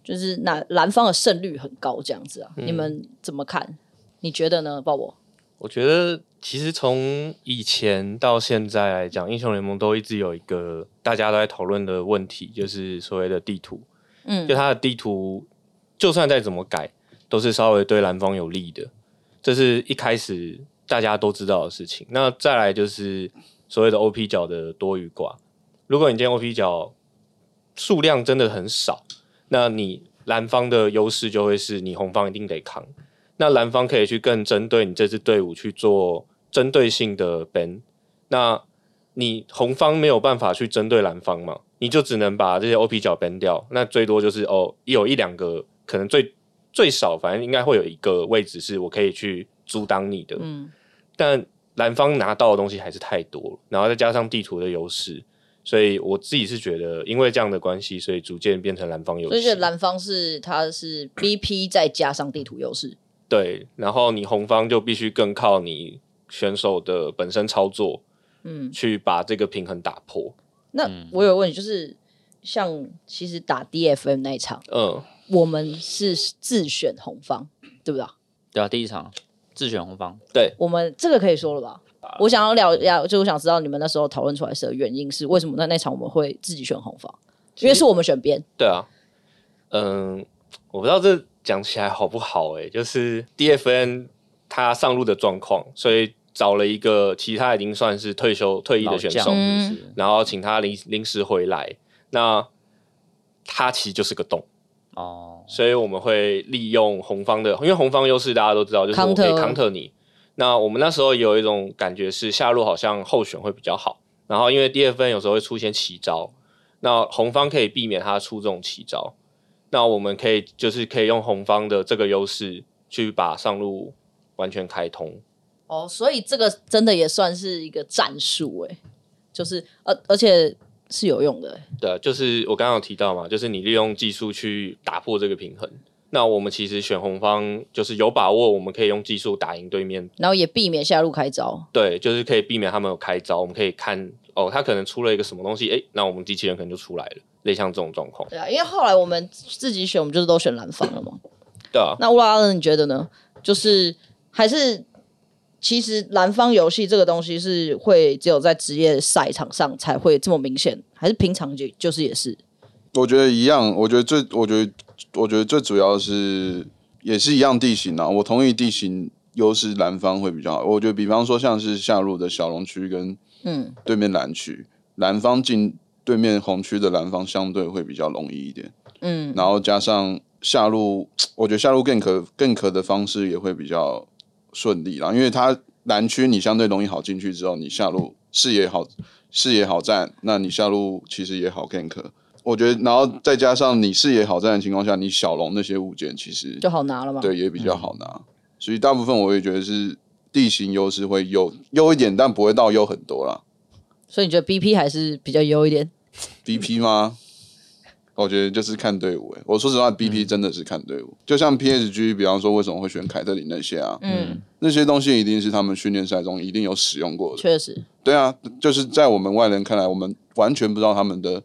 S4: 就是那蓝方的胜率很高这样子啊，你们怎么看？你觉得呢，鲍勃？
S3: 我觉得其实从以前到现在来讲，英雄联盟都一直有一个大家都在讨论的问题，就是所谓的地图。
S4: 嗯
S3: 就它的地图，就算再怎么改，都是稍微对蓝方有利的。这是一开始大家都知道的事情。那再来就是所谓的 OP 角的多与寡。如果你今天 OP 角数量真的很少，那你蓝方的优势就会是你红方一定得扛。那蓝方可以去更针对你这支队伍去做针对性的 ban。那你红方没有办法去针对蓝方嘛，你就只能把这些 OP 角 ban 掉。那最多就是哦，有一两个，可能最最少，反正应该会有一个位置是我可以去阻挡你的。
S4: 嗯，
S3: 但蓝方拿到的东西还是太多了，然后再加上地图的优势，所以我自己是觉得，因为这样的关系，所以逐渐变成蓝方优
S4: 所以觉
S3: 势
S4: 得。蓝方是它是 BP 再加上地图优势，
S3: 对，然后你红方就必须更靠你选手的本身操作
S4: 嗯，
S3: 去把这个平衡打破。
S4: 那我有个问题，就是像其实打 DFM 那一场，
S3: 嗯，
S4: 我们是自选红方，对不对啊？
S2: 对啊，第一场自选红方，
S4: 我们这个可以说了吧？我想要了了，就我想知道你们那时候讨论出来的原因是为什么？那那场我们会自己选红方，因为是我们选边，
S3: 对啊，嗯，我不知道这讲起来好不好诶、就是 DFN 他上路的状况，所以找了一个其他已经算是退休退役
S2: 老
S3: 的选
S2: 将
S3: 手，
S2: 是
S4: 嗯
S2: 不是
S3: 然后请他临临时回来。那他其实就是个洞，
S2: 哦，
S3: 所以我们会利用红方的，因为红方优势大家都知道，就是我可以
S4: Counter
S3: counter 你。那我们那时候有一种感觉是下路好像候选会比较好，然后因为 DFN 有时候会出现奇招，那红方可以避免他出这种奇招，那我们可以就是可以用红方的这个优势去把上路完全开通。
S4: 哦，所以这个真的也算是一个战术哎、就是而、呃而且是有用的、欸，
S3: 对，啊就是我刚刚有提到嘛，就是你利用技术去打破这个平衡。那我们其实选红方就是有把握，我们可以用技术打赢对面
S4: 然后也避免下路开招，
S3: 对，就是可以避免他们有开招，我们可以看哦，他可能出了一个什么东西，诶，那我们机器人可能就出来了，类似像这种状况。
S4: 对啊，因为后来我们自己选，我们就是都选蓝方了嘛。
S3: 对啊，
S4: 那乌拉拉，你觉得呢？就是还是其实蓝方游戏这个东西是会只有在职业赛场上才会这么明显，还是平常就就是也是？
S1: 我觉得一样，我觉得最，我觉得，我觉得最主要是也是一样地形啊。我同意地形优势蓝方会比较好。我觉得，比方说像是下路的小龙区跟
S4: 嗯，
S1: 对面蓝区，蓝方进对面红区的蓝方相对会比较容易一点。
S4: 嗯，
S1: 然后加上下路，我觉得下路更可更可的方式也会比较顺利啦，因为它蓝区你相对容易好进去之后，你下路视野好视野好站，那你下路其实也好 gank。我觉得，然后再加上你视野好站的情况下，你小龙那些物件其实
S4: 就好拿了嘛。
S1: 对也比较好拿，所以大部分我也觉得是地形优势会优优一点，但不会到优很多啦。
S4: 所以你觉得 BP 还是比较优一点？
S1: BP 吗？我觉得就是看队伍、欸。我说实话，BP 真的是看队伍。就像 PSG，比方说为什么会选凯特琳那些啊，
S4: 嗯，
S1: 那些东西一定是他们训练赛中一定有使用过的。
S4: 确实，
S1: 对啊，就是在我们外人看来，我们完全不知道他们的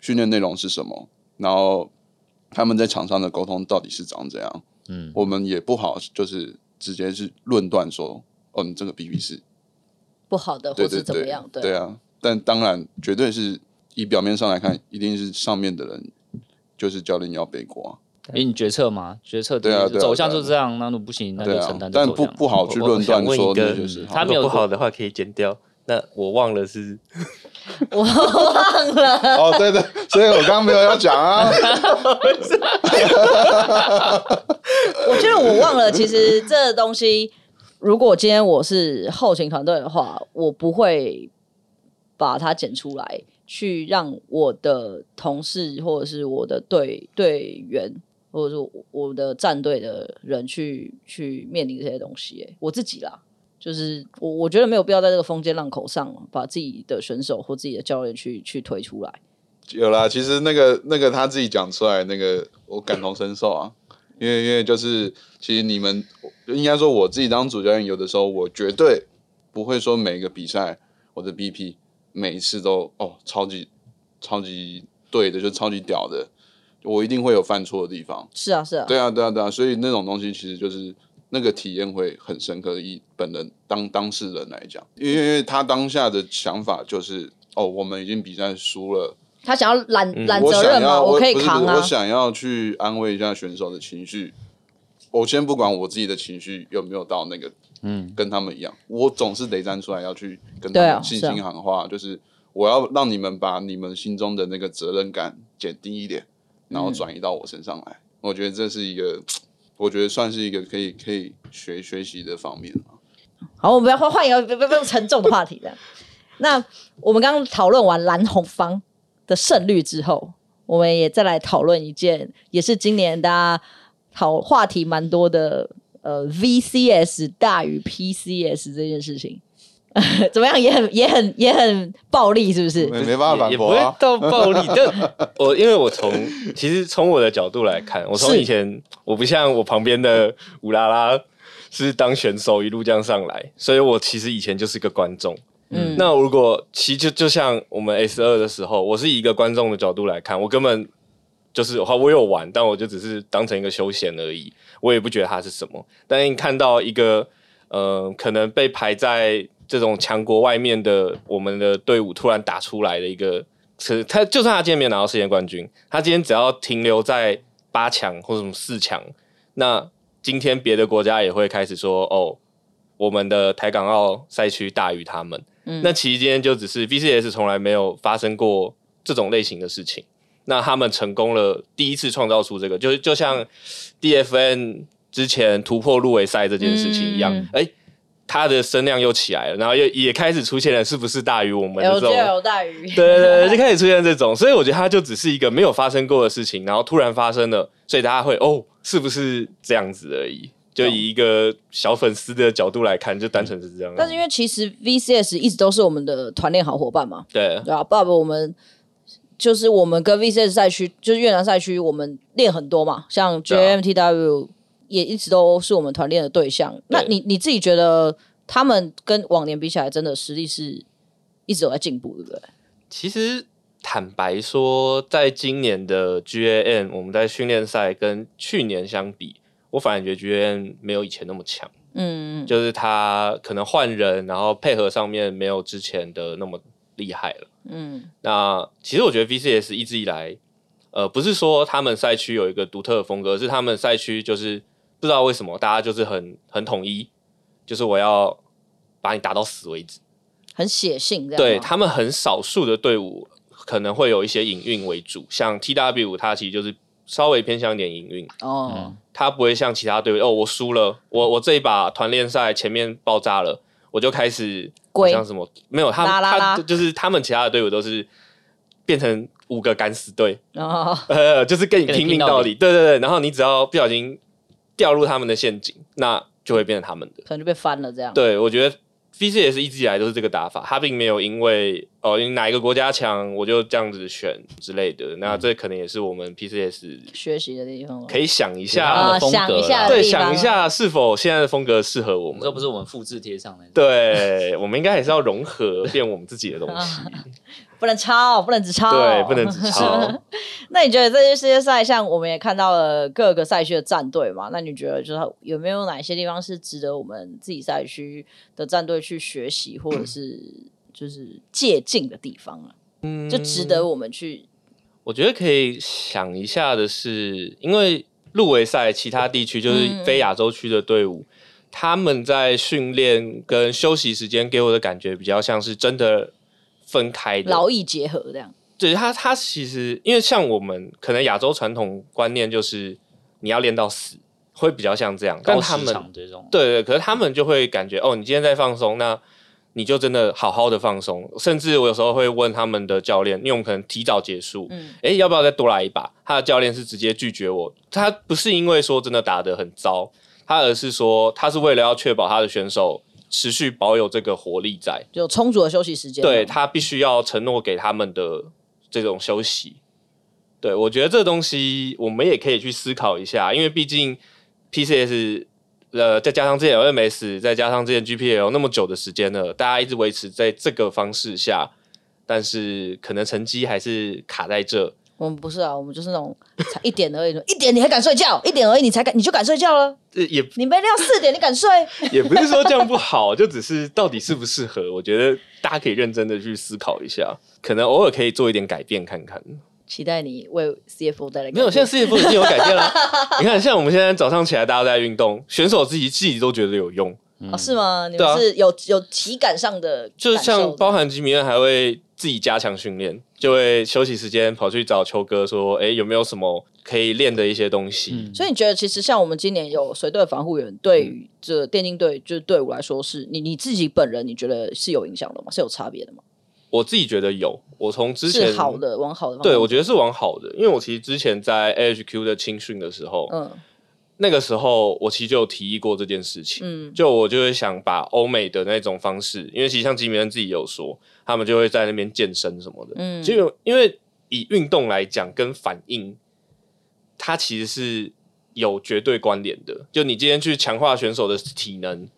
S1: 训练内容是什么，然后他们在场上的沟通到底是长怎样，
S2: 嗯，
S1: 我们也不好就是直接是论断说哦，你这个 BB 是
S4: 不好的
S1: 对
S4: 或
S1: 对
S4: 是怎么
S1: 对
S4: 样，，
S1: 对啊。但当然，绝对是以表面上来看，一定是上面的人就是教练要背 锅啊。
S2: 因为你决策嘛，决策
S1: 对啊对啊
S2: 走向就这样，那你不行，那就
S1: 对
S2: 承
S1: 啊
S2: 担，这
S1: 但
S2: 走
S1: 不
S2: 向。
S1: 不好去
S3: 我
S1: 论断
S3: 想问
S1: 说
S3: 一个
S1: 那就是好
S2: 他没有
S3: 如果不好的话可以剪掉。那我忘了是
S4: 我忘了，
S1: 哦，对对，所以我刚刚没有要讲啊。
S4: 我觉得我忘了。其实这东西，如果今天我是后勤团队的话，我不会把它剪出来，去让我的同事或者是我的队队员，或者说我的战队的人去去面临这些东西、欸。我自己啦，就是我我觉得没有必要在这个风尖浪口上把自己的选手或自己的教练去去推出来。
S1: 有啦，其实那个那个他自己讲出来，那个我感同身受啊，因为因为就是其实你们应该说我自己当主教练，有的时候我绝对不会说每一个比赛我的 BP 每一次都哦超级超级对的，就超级屌的，我一定会有犯错的地方。
S4: 是啊，是啊，
S1: 对啊，对啊，对啊，所以那种东西其实就是那个体验会很深刻。以本人当当事人来讲，因为因为他当下的想法就是哦，我们已经比赛输了。
S4: 他想要揽揽
S1: 嗯我
S4: 责任
S1: 想
S4: 嘛，
S1: 要，
S4: 可以
S1: 不是
S4: 扛
S1: 我
S4: 啊。
S1: 想要去安慰一下选手的情绪。我先不管我自己的情绪有没有到那个，嗯，跟他们一样，我总是得站出来要去跟他
S4: 对啊
S1: 们信
S4: 是啊
S1: 心喊话，就是我要让你们把你们心中的那个责任感减低一点，然
S4: 嗯
S1: 后转移到我身上来。我觉得这是一个，我觉得算是一个可以可以学学习的方面啊
S4: 好，我们不要换换一个不不不不沉重的话题 了。那我们刚刚讨论完蓝红方的胜率之后，我们也再来讨论一件，也是今年大家讨话题蛮多的，呃，VCS 大于 PCS 这件事情， 怎么样？也很也很也很暴力，是不是？
S1: 没没办法
S3: 也
S1: 反
S3: 也不
S1: 驳
S3: 会
S1: 啊。
S3: 到暴力，但我因为我从其实从我的角度来看，我从
S4: 是
S3: 以前我不像我旁边的乌拉拉是当选手一路这样上来，所以我其实以前就是个观众。
S4: 嗯，
S3: 那如果其实就就像我们 S 二的时候，我是以一个观众的角度来看，我根本就是话我有玩，但我就只是当成一个休闲而已，我也不觉得它是什么。但一看到一个呃，可能被排在这种强国外面的我们的队伍突然打出来的一个，是他就算他今天没有拿到世界冠军，他今天只要停留在八强或者什么四强，那今天别的国家也会开始说哦。我们的台港澳赛区大于他们，
S4: 嗯
S3: 那其实今天就只是 VCS 从来没有发生过这种类型的事情。那他们成功了，第一次创造出这个，就就像 DFN 之前突破入围赛这件事情一样
S4: 嗯，
S3: 哎、它的声量又起来了，然后又也开始出现了，是不是大于我们的这种？
S4: LGL 大于
S3: 对对对，就开始出现这种，所以我觉得它就只是一个没有发生过的事情，然后突然发生了，所以大家会哦，是不是这样子而已？就以一个小粉丝的角度来看，就单纯是这样。
S4: 但是因为其实 VCS 一直都是我们的团练好伙伴嘛，
S3: 对，
S4: 对啊，爸爸，我们就是我们跟 VCS 赛区，就是越南赛区，我们练很多嘛，像
S3: 对啊
S4: JMTW 也一直都是我们团练的对象。那
S3: 对
S4: 你你自己觉得他们跟往年比起来，真的实力是一直有在进步，对不对？
S3: 其实坦白说，在今年的 GAN，我们在训练赛跟去年相比，我反而觉得 GAN 没有以前那么强，
S4: 嗯，
S3: 就是他可能换人，然后配合上面没有之前的那么厉害了。
S4: 嗯，
S3: 那其实我觉得 VCS 一直以来，呃，不是说他们赛区有一个独特的风格，是他们赛区就是不知道为什么大家就是很很统一，就是我要把你打到死为止。
S4: 很写性这样。
S3: 对，他们很少数的队伍可能会有一些营运为主，像 TW 它其实就是稍微偏向一点营运，
S4: 哦，
S3: 它不会像其他队伍哦，我输了，我我这一把团练赛前面爆炸了，我就开始
S4: 龟
S3: 像什么没有他
S4: 拉拉拉
S3: 他就是他们其他的队伍都是变成五个敢死队，
S4: 哦，
S3: 呃，就是跟你
S2: 跟你
S3: 拼
S2: 拼
S3: 命
S2: 到
S3: 到
S2: 底
S3: 底，对对对，然后你只要不小心掉入他们的陷阱，那就会变成他们的。
S4: 可能就被翻了这样。
S3: 对，我觉得 VCS 一直以来都是这个打法，他并没有因为哦因为哪一个国家强我就这样子选之类的。那这可能也是我们 PCS
S4: 学习的地方
S3: 可以想一
S2: 他
S3: 下，
S2: 的
S4: 啊，
S2: 风格啦
S4: 想一下的
S3: 对，
S4: 地方
S3: 想一，下是否现在的风格适合我
S2: 这不
S3: 们。
S2: 是我们复制贴上的。
S3: 对，我们应该还是要融合变我们自己的东西。
S4: 不能抄，不能只抄，
S3: 对，不能只抄。
S4: 那你觉得这些世界赛，像我们也看到了各个赛区的战队嘛？那你觉得就是有没有哪些地方是值得我们自己赛区的战队去学习，或 者是就是借鉴的地方啊？
S3: 嗯
S4: 就值得我们去
S3: 我觉得可以想一下的是，因为入围赛其他地区就是非亚洲区的队伍，他们在训练跟休息时间给我的感觉比较像是真的分开的。
S4: 劳逸结合这样。
S3: 对他，他其实因为像我们可能亚洲传统观念就是你要练到死，会比较像这样，但
S2: 高
S3: 他
S2: 市
S3: 们
S2: 场这种，
S3: 对对，可是他们就会感觉哦，你今天在放松，那你就真的好好的放松。甚至我有时候会问他们的教练，因为我们可能提早结束，
S4: 嗯
S3: 哎，要不要再多来一把？他的教练是直接拒绝我，他不是因为说真的打得很糟，他而是说他是为了要确保他的选手持续保有这个活力在，
S4: 有充足的休息时间，啊
S3: 对他必须要承诺给他们的这种休息。对我觉得这东西我们也可以去思考一下，因为毕竟 PCS 呃，再加上之前 LMS，再加上之前 GPL 那么久的时间了，大家一直维持在这个方式下，但是可能成绩还是卡在这。
S4: 我们不是啊，我们就是那种才一点而已， 一点你还敢睡觉，一点而已你才敢你就敢睡觉了，
S3: 呃也
S4: 你没料四点你敢睡，
S3: 也不是说这样不好，就只是到底适不适合，我觉得大家可以认真的去思考一下，可能偶尔可以做一点改变看看。
S4: 期待你为 CFO 带来改变
S3: 没有，现在世界杯已经有改变 了。你看，像我们现在早上起来，大家都在运动，选手自己自己都觉得有用。
S4: 哦是吗？你
S3: 对
S4: 们
S3: 啊
S4: 是有有体感上的
S3: 就
S4: 感受的，
S3: 像包含吉米恩还会自己加强训练，就会休息时间跑去找秋哥说：“哎、有没有什么可以练的一些东西？”
S2: 嗯
S4: 所以你觉得，其实像我们今年有随队防护员，对于这电竞队就是队伍来说是，你你自己本人你觉得是有影响的吗？是有差别的吗？
S3: 我自己觉得有，我从之前
S4: 是好，的，往好的方向。
S3: 对我觉得是往好的，因为我其实之前在 AHQ 的青训的时候，
S4: 嗯
S3: 那个时候我其实就有提议过这件事情。
S4: 嗯
S3: 就我就会想把欧美的那种方式，因为其实像吉米恩自己有说，他们就会在那边健身什么的。
S4: 嗯，
S3: 就有因为以运动来讲，跟反应，它其实是有绝对关联的。就你今天去强化选手的体能，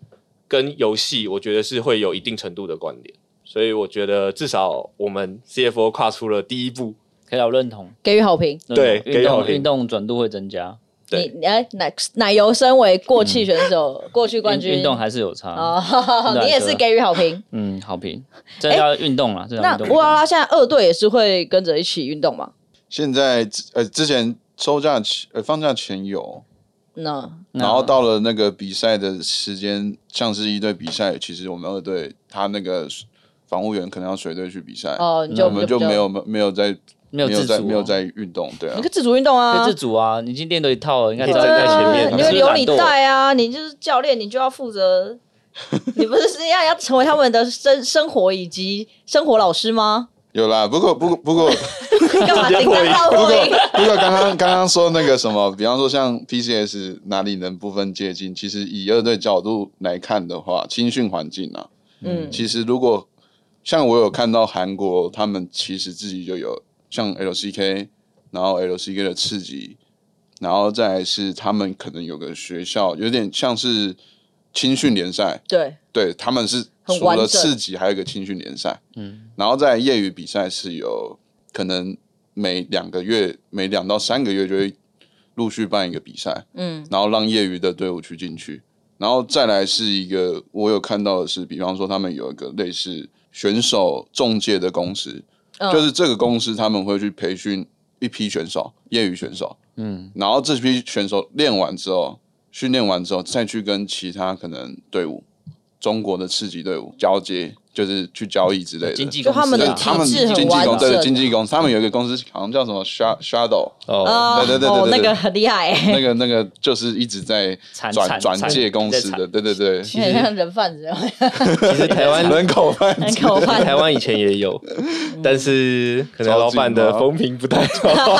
S3: 跟游戏，我觉得是会有一定程度的关联。所以我觉得至少我们 CFO 跨出了第一步。
S2: 可以有认同，
S4: 给予好评。
S2: 认同
S3: 对给
S2: 运
S3: 予好
S2: 动
S3: 评
S2: 运动转度会增加，
S3: 对
S4: 你哎奶奶油身为过气选手，过去冠
S2: 运
S4: 军
S2: 运动还是有差，
S4: 哦， 你也是给予好评。
S2: 嗯，好 评，增加运动啦，增加
S4: 那
S2: 运动
S4: 乌拉拉现在二队也是会跟着一起运动嘛？
S1: 现在呃，之前收假前呃放假前有，
S4: 那
S2: 那
S1: 然后到了那个比赛的时间，像是一队比赛，其实我们二队他那个防护员可能要随队去比赛，
S4: 哦，你
S2: 那
S4: 就
S1: 我们就
S4: 比较
S1: 没有没有在
S2: 没有自
S1: 在
S2: 主，哦
S1: 没有在运动，对啊
S4: 你可以，自主运动
S2: 可
S4: 啊
S2: 以自。主啊，你已经练了一套了，应该
S3: 可以
S2: 知道
S3: 站
S2: 你
S3: 在前面
S4: 对啊
S2: 你
S4: 你
S2: 是
S4: 会
S2: 不是
S4: 留
S2: 懒
S4: 你
S2: 惰
S4: 带啊，你就是教练，你就要 负责。你不是要要成为他们的生生活以及生活老师吗？
S1: 有啦。不过不过不过
S4: 干 嘛
S3: 直接
S4: 紧张到
S1: 不过
S4: 会？
S1: 不过刚刚刚刚说那个什么，比方说像 PCS 哪里能不分接近，其实以二队角度来看的话，青训环境啊，
S4: 嗯，
S1: 其实如果像我有看到韩国，他们其实自己就有像 LCK，然后 LCK 的刺激，然后再来是他们可能有个学校，有点像是青训联赛，
S4: 对，
S1: 对，他们是
S4: 很
S1: 除
S4: 完
S1: 了
S4: 整
S1: 刺激还有一个青训联赛，
S2: 嗯，
S1: 然后在业余比赛是有可能每两个月、每两到三个月就会陆续办一个比赛，
S4: 嗯
S1: 然后让业余的队伍去进去，然后再来是一个我有看到的是，比方说他们有一个类似选手中介的公司，
S4: 嗯，
S1: 就是这个公司他们会去培训一批选手，业余选手，
S2: 嗯，
S1: 然后这批选手练完之后，训练完之后再去跟其他可能队伍，中国的次级队伍交接，就是去交易之类的。
S2: 经纪
S4: 就
S2: 公司啊
S4: 他们
S1: 对
S4: 的体
S1: 他们
S4: 制
S1: 经
S4: 很
S1: 纪
S4: 完
S1: 公司，
S4: 整啊
S1: 对经纪公司，他们有一个公司好像叫什么 Sha- Shadow，
S2: 哦，
S4: 啊，
S1: 对对对对
S4: 哦，
S1: 对
S4: 那
S1: 对
S4: 个很厉害欸，
S1: 那个那个就是一直在
S2: 惨
S1: 转
S2: 惨
S1: 转
S2: 惨
S1: 介公
S2: 在
S1: 司
S2: 惨
S1: 的，对对对，
S4: 有点像人贩 子，
S3: 其实台 湾
S1: 人口贩
S4: 人
S1: 子。
S4: 口贩
S3: 台
S4: 子。
S3: 湾以前也有，
S4: 嗯
S3: 但是可能老板
S1: 超
S3: 的
S1: 级吗
S3: 风评不太 好，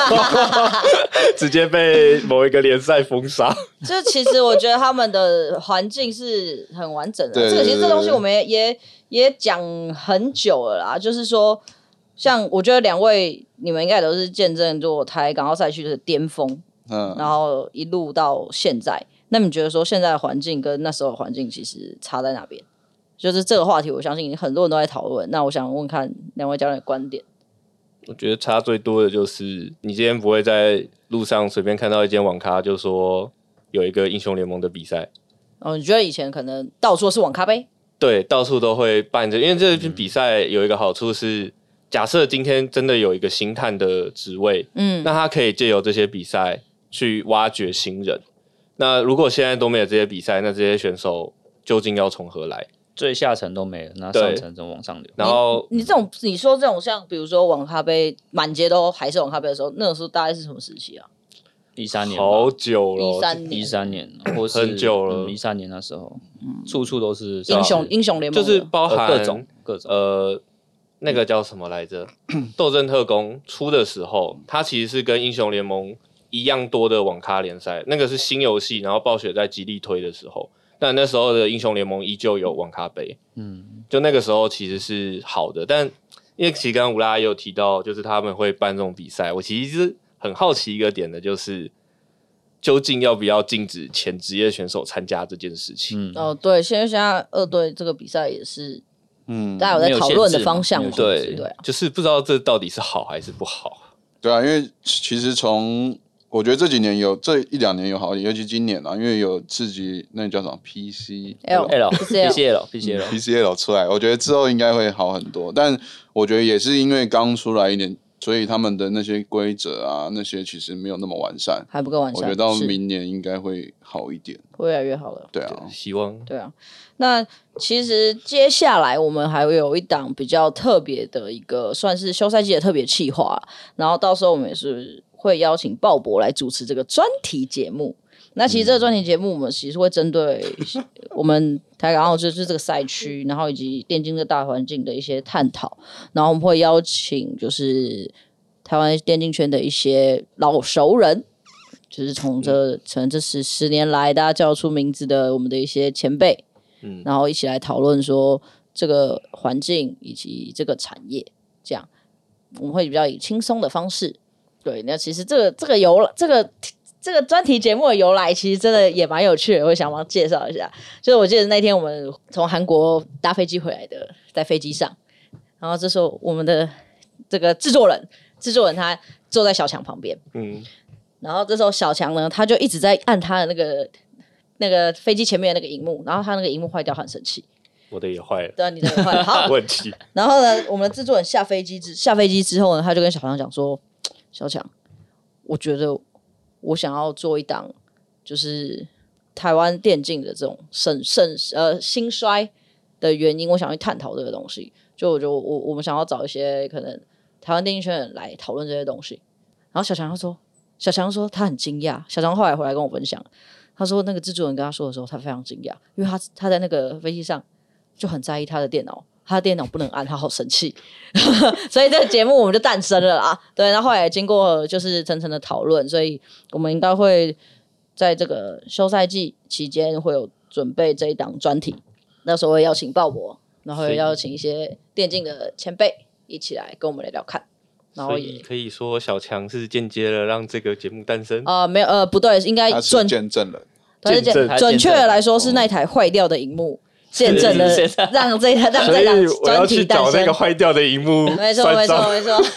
S3: 直接被某一个联赛封杀。
S4: 就其实我觉得他们的环境是很完整的
S1: 对
S4: 啊。这个其实
S1: 对
S4: 这
S1: 对
S4: 东西
S1: 对
S4: 我们也也也讲很久了啦，就是说，像我觉得两位你们应该也都是见证过台港澳赛区的巅峰，
S1: 嗯，
S4: 然后一路到现在。那你觉得说现在的环境跟那时候的环境其实差在哪边？就是这个话题，我相信很多人都在讨论。那我想问看两位教练的观点。
S3: 我觉得差最多的就是，你今天不会在路上随便看到一间网咖就说有一个英雄联盟的比赛，
S4: 哦，你觉得以前可能到处都是网咖杯，
S3: 对，到处都会办着。因为
S2: 嗯
S3: 这比赛有一个好处是，假设今天真的有一个星探的职位，
S4: 嗯，
S3: 那他可以借由这些比赛去挖掘新人。那如果现在都没有这些比赛，那这些选手究竟要从何来？
S2: 最下层都没了，那
S3: 对
S2: 上层怎么往上流？
S3: 然后
S4: 你这种你说这种像比如说网咖杯满街都还是网咖杯的时候，那种时候大概是什么时期啊？
S2: 一三年吧，
S3: 好久了，
S4: 一三年
S2: 一三年，或是嗯
S3: 很久了
S2: 一三年那时候，处处都是
S4: 嗯英
S2: 像
S4: 雄英雄联
S3: 就
S4: 盟
S3: 是
S4: 的
S3: 包
S2: 呃
S3: 含
S2: 各种各种，
S3: 呃，那个叫什么来着？《斗阵特工》出的时候，它其实是跟《英雄联盟》一样多的网咖联赛，那个是新游戏，然后暴雪在极力推的时候，但那时候的《英雄联盟》依旧有网咖杯，
S2: 嗯，
S3: 就那个时候其实是好的，但因为其实刚刚吴拉也有提到，就是他们会办这种比赛，我其实很好奇一个点的就是。究竟要不要禁止前职业选手参加这件事情？
S2: 嗯，
S4: 哦，对，现在现在二队这个比赛也是
S1: 嗯，
S4: 大家有在讨论的方向嘛
S2: 没有限制嘛没有限制
S3: 对
S4: 对啊，
S3: 就是不知道这到底是好还是不好。
S1: 对啊，因为其实从我觉得这几年有这一两年有好，尤其今年啊，因为有自己那叫什么 PC
S4: L
S2: L
S3: 呃
S4: PCL
S2: PCL PCL，
S1: PCL 出来，我觉得之后应该会好很多。但我觉得也是因为刚出来一点，所以他们的那些规则啊，那些其实没有那么完善。
S4: 还不够完
S1: 我
S4: 善，
S1: 觉得到
S4: 是
S1: 明年应该会好一点。
S4: 会越来越好了。
S1: 对啊，
S3: 希望
S4: 对啊，那其实接下来我们还会有一档比较特别的一个，算是休赛季的特别企划，然后到时候我们也是会邀请鲍勃来主持这个专题节目。那其实这个专题节目，我们其实会针对我们台港澳就是这个赛区，然后以及电竞这大环境的一些探讨，然后我们会邀请就是台湾电竞圈的一些老熟人，就是从这从这十十年来大家叫得出名字的我们的一些前辈，
S3: 嗯
S4: 然后一起来讨论说这个环境以及这个产业，这样我们会比较以轻松的方式。对，那其实这个这个由来这个这个专题节目的由来，其实真的也蛮有趣的，我想帮介绍一下。就是我记得那天我们从韩国搭飞机回来的，在飞机上，然后这时候我们的这个制作人，制作人他坐在小强旁边，
S3: 嗯，
S4: 然后这时候小强呢，他就一直在按他的那个那个飞机前面的那个荧幕，然后他那个荧幕坏掉，他很生气。
S3: 我的也坏了，
S4: 对啊，你的也坏了。好，
S3: 问题。
S4: 然后呢，我们的制作人下飞机之下飞机之后呢，他就跟小强讲说：“小强，我觉得我想要做一档，就是台湾电竞的这种盛盛呃兴衰的原因，我想去探讨这个东西。就我觉得我我我们想要找一些可能台湾电竞圈的人来讨论这些东西。”然后小强就说：“小强说他很惊讶。”小强后来回来跟我分享，他说那个制作人跟他说的时候，他非常惊讶，因为他他在那个飞机上就很在意他的电脑，他的电脑不能按，他好生气。 所以这个节目我们就诞生了啊。对，然后后来经过就是层层的讨论，所以我们应该会在这个休赛季期间会有准备这一档专题，那时候会邀请鲍勃，然后
S3: 所
S4: 会
S3: 以
S4: 邀请一些电竞的前辈一起来跟我们聊聊看， 然后
S3: 所
S4: 也
S3: 以。可以说小强是间接了让这个节目诞生。
S4: 呃，没有，呃，不对，应该
S1: 他是
S4: 准
S1: 见证人，
S4: 他是
S3: 见证
S4: 准
S2: 他
S4: 准确
S2: 见
S4: 的
S2: 证
S4: 来说是那台坏掉的荧幕见证了
S2: 是是是
S4: 让这让
S3: 哦所
S4: 这
S3: 以
S4: 档
S3: 我要
S4: 专
S3: 去
S4: 题诞
S3: 找那
S4: 生
S3: 个。坏掉的荧幕
S4: 没错，
S3: 算
S4: 没错，
S3: 账
S4: 没错。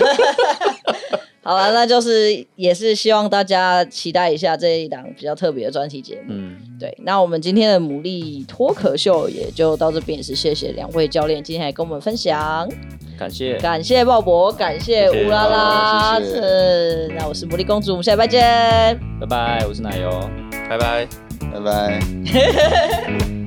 S4: 好了，那就是也是希望大家期待一下这一档比较特别的专题节目。
S2: 嗯，
S4: 对，那我们今天的牡蛎脱壳秀也就到这边，也是谢谢两位教练今天来跟我们分享，
S2: 感谢，
S4: 感谢鲍勃，感谢
S3: 谢谢
S4: 乌拉拉，
S1: 好谢谢
S4: 是那我是牡蛎公主，我们下礼拜见。
S2: 拜拜，我是奶油。
S3: 拜拜。
S1: 拜拜。